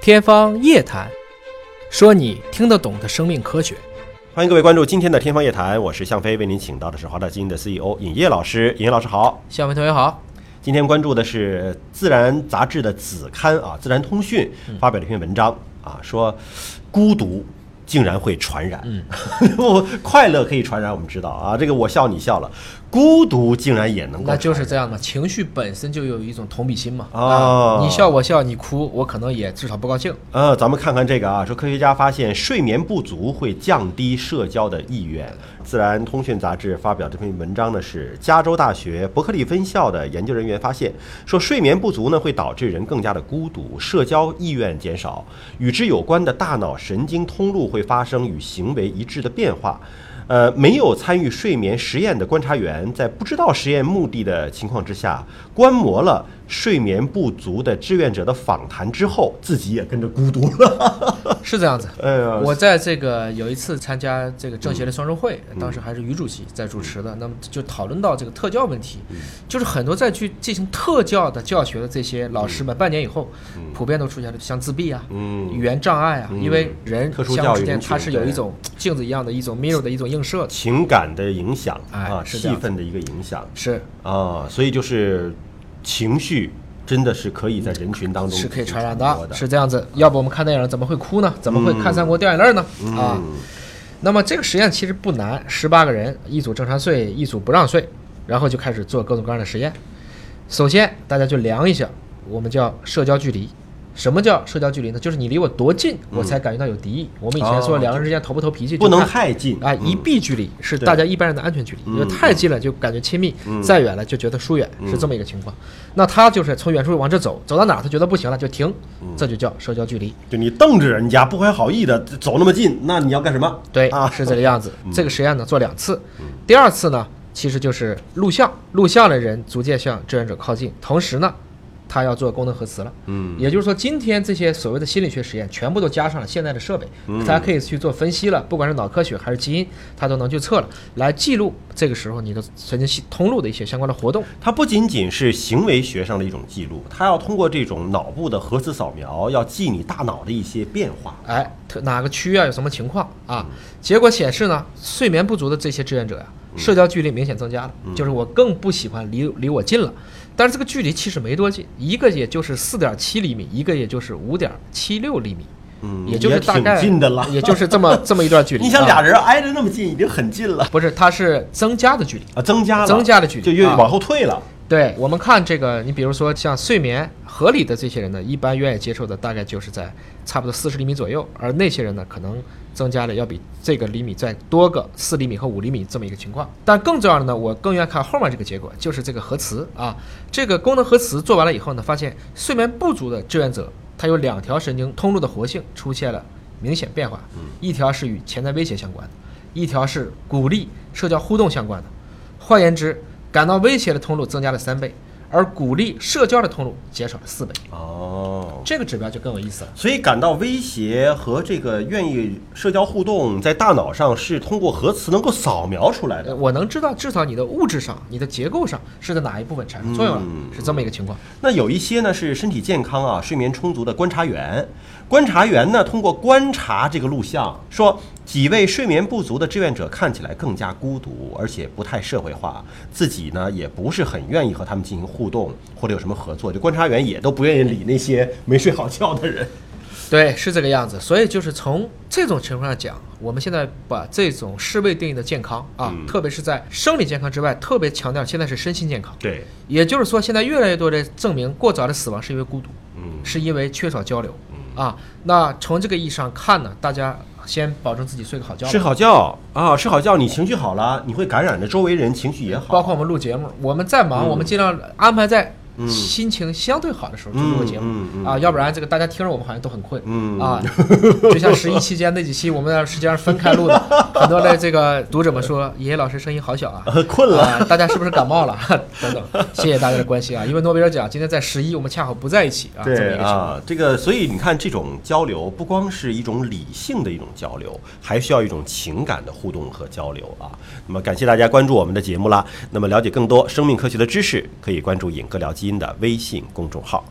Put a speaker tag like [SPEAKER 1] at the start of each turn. [SPEAKER 1] 天方夜谭，说你听得懂的生命科学。
[SPEAKER 2] 欢迎各位关注今天的《天方夜谭》，我是向飞，为您请到的是华大基因的 CEO 尹烨老师。尹烨老师好，
[SPEAKER 1] 小梅同学好，
[SPEAKER 2] 今天关注的是《自然》杂志的子刊啊，《自然通讯》发表了一篇文章啊，说孤独竟然会传染。嗯， 我快乐可以传染，我们知道啊，这个我笑你笑了，孤独竟然也能够
[SPEAKER 1] 那就
[SPEAKER 2] 传
[SPEAKER 1] 是
[SPEAKER 2] 染
[SPEAKER 1] 这样的，情绪本身就有一种同比心嘛。
[SPEAKER 2] 哦
[SPEAKER 1] 啊，你笑我笑，你哭我可能也至少不高 兴。
[SPEAKER 2] 呃，咱们看看这个啊，说科学家发现睡眠不足会降低社交的意愿。《自然通讯》杂志发表这篇文章呢，是加州大学伯克利分校的研究人员发现，说睡眠不足呢会导致人更加的孤独，社交意愿减少，与之有关的大脑神经通路会发生与行为一致的变化。呃，没有参与睡眠实验的观察员，在不知道实验目的的情况之下，观摩了睡眠不足的志愿者的访谈之后，自己也跟着孤独了。
[SPEAKER 1] 是这样子。
[SPEAKER 2] 哎呀，
[SPEAKER 1] 我在这个有一次参加这个政协的双周会，
[SPEAKER 2] 嗯
[SPEAKER 1] 当时还是余主席在主持的，那么就讨论到这个特教问题，
[SPEAKER 2] 嗯
[SPEAKER 1] 就是很多在去进行特教的教学的这些老师们，半年以后，普遍都出现了像自闭啊、
[SPEAKER 2] 嗯
[SPEAKER 1] 语言障碍啊，
[SPEAKER 2] 嗯
[SPEAKER 1] 因为人
[SPEAKER 2] 特殊
[SPEAKER 1] 相互
[SPEAKER 2] 教育
[SPEAKER 1] 之间
[SPEAKER 2] 人群
[SPEAKER 1] 它是有
[SPEAKER 2] 对
[SPEAKER 1] 一种镜子一样的一种 mirror 的一种映射的，
[SPEAKER 2] 情感的影响
[SPEAKER 1] 哎
[SPEAKER 2] 啊，
[SPEAKER 1] 是
[SPEAKER 2] 气
[SPEAKER 1] 这样
[SPEAKER 2] 氛的一个影响
[SPEAKER 1] 是
[SPEAKER 2] 啊，所以就是情绪真的是可以在人群当中
[SPEAKER 1] 是可以传染
[SPEAKER 2] 播
[SPEAKER 1] 的，
[SPEAKER 2] 的，嗯
[SPEAKER 1] 是这样子。要不我们看电影怎么会哭呢？怎么会看三国掉眼泪呢？啊，那么这个实验其实不难，十八个人，一组正常睡，一组不让睡，然后就开始做各种各样的实验。首先，大家就量一下，我们叫社交距离。什么叫社交距离呢？就是你离我多近，我才感觉到有敌意。我们以前说
[SPEAKER 2] 嗯哦
[SPEAKER 1] 两个人之间投不投脾气，
[SPEAKER 2] 不能
[SPEAKER 1] 就看
[SPEAKER 2] 太近
[SPEAKER 1] 啊，
[SPEAKER 2] 嗯
[SPEAKER 1] 一臂距离是
[SPEAKER 2] 对嗯
[SPEAKER 1] 大家一般人的安全距离，因为太近了就感觉亲密，再远了就觉得疏远，是这么一个情况。那他就是从远处往这走，走到哪儿他觉得不行了就停，
[SPEAKER 2] 嗯
[SPEAKER 1] 这就叫社交距离。
[SPEAKER 2] 就你瞪着人家不怀好意的走那么近，那你要干什么？
[SPEAKER 1] 对，
[SPEAKER 2] 啊，
[SPEAKER 1] 是这个样子。这个实验呢做两次，第二次呢其实就是录像，录像的人逐渐向志愿者靠近，同时呢。他要做功能核磁了，嗯，也就是说，今天这些所谓的心理学实验全部都加上了现在的设备，大家可以去做分析了，不管是脑科学还是基因，它都能去测了，来记录这个时候你的神经系通路的一些相关的活动。
[SPEAKER 2] 它不仅仅是行为学上的一种记录，它要通过这种脑部的核磁扫描，要记你大脑的一些变化。
[SPEAKER 1] 哎，特哪个区啊有什么情况啊？
[SPEAKER 2] 嗯
[SPEAKER 1] 结果显示呢，睡眠不足的这些志愿者呀、
[SPEAKER 2] 嗯
[SPEAKER 1] 社交距离明显增加了，就是我更不喜欢离离我近了。但是这个距离其实没多近，一个也就是四点七厘米，一个也就是五点七六厘米，
[SPEAKER 2] 嗯
[SPEAKER 1] 也就是大概
[SPEAKER 2] 也挺近的了
[SPEAKER 1] 也就是这么这么一段距离。
[SPEAKER 2] 你想
[SPEAKER 1] 啊
[SPEAKER 2] 俩人挨着那么近，已经很近了
[SPEAKER 1] 不是，它是增加的距离。
[SPEAKER 2] 啊，增加了，
[SPEAKER 1] 增加了距离
[SPEAKER 2] 就越
[SPEAKER 1] 啊
[SPEAKER 2] 往后退了。
[SPEAKER 1] 对我们看这个，你比如说像睡眠合理的这些人呢，一般愿意接受的大概就是在差不多四十厘米左右，而那些人呢，可能增加了要比这个厘米再多个四厘米和五厘米这么一个情况。但更重要的呢，我更愿意看后面这个结果，就是这个核磁啊，这个功能核磁做完了以后呢，发现睡眠不足的志愿者，他有两条神经通路的活性出现了明显变化，一条是与潜在威胁相关的，一条是鼓励社交互动相关的。换言之，感到威胁的通路增加了三倍，而鼓励社交的通路减少了四倍。
[SPEAKER 2] 哦，
[SPEAKER 1] 这个指标就更有意思了。
[SPEAKER 2] 所以感到威胁和这个愿意社交互动，在大脑上是通过核磁能够扫描出来
[SPEAKER 1] 呃
[SPEAKER 2] 的。
[SPEAKER 1] 我能知道，至少你的物质上、你的结构上是在哪一部分产生作用了，
[SPEAKER 2] 嗯
[SPEAKER 1] 是这么一个情况。
[SPEAKER 2] 那有一些呢是身体健康啊、睡眠充足的观察员，观察员呢通过观察这个录像，说几位睡眠不足的志愿者看起来更加孤独，而且不太社会化，自己呢也不是很愿意和他们进行互动或者有什么合作，就观察员也都不愿意理那些没睡好觉的人。
[SPEAKER 1] 对，是这个样子。所以就是从这种情况下讲，我们现在把这种世卫定义的健康啊，特别是在生理健康之外，特别强调现在是身心健康。
[SPEAKER 2] 对，
[SPEAKER 1] 也就是说，现在越来越多的证明，过早的死亡是因为孤独，
[SPEAKER 2] 嗯
[SPEAKER 1] 是因为缺少交流，啊，那从这个意义上看呢，大家先保证自己睡个好觉吧，
[SPEAKER 2] 睡好觉啊，睡好觉，你情绪好了，你会感染着周围人，情绪也好。
[SPEAKER 1] 包括我们录节目，我们再忙，我
[SPEAKER 2] 嗯
[SPEAKER 1] 们尽量安排在心情相对好的时候去录个节目、
[SPEAKER 2] 嗯嗯嗯
[SPEAKER 1] 啊，要不然这个大家听着我们好像都很困、
[SPEAKER 2] 嗯
[SPEAKER 1] 啊。就像十一期间那几期，我们要是这样分开录的，很多的这个读者们说，爷爷老师声音好小啊。
[SPEAKER 2] 呃困了，
[SPEAKER 1] 啊，大家是不是感冒了？ 等等，谢谢大家的关心啊！因为诺贝尔奖今天在十一，我们恰好不在一起啊，这么一
[SPEAKER 2] 对
[SPEAKER 1] 个情况。
[SPEAKER 2] 啊，这个，所以你看，这种交流不光是一种理性的一种交流，还需要一种情感的互动和交流啊。那么，感谢大家关注我们的节目啦。那么，了解更多生命科学的知识，可以关注“尹哥聊基因”的微信公众号。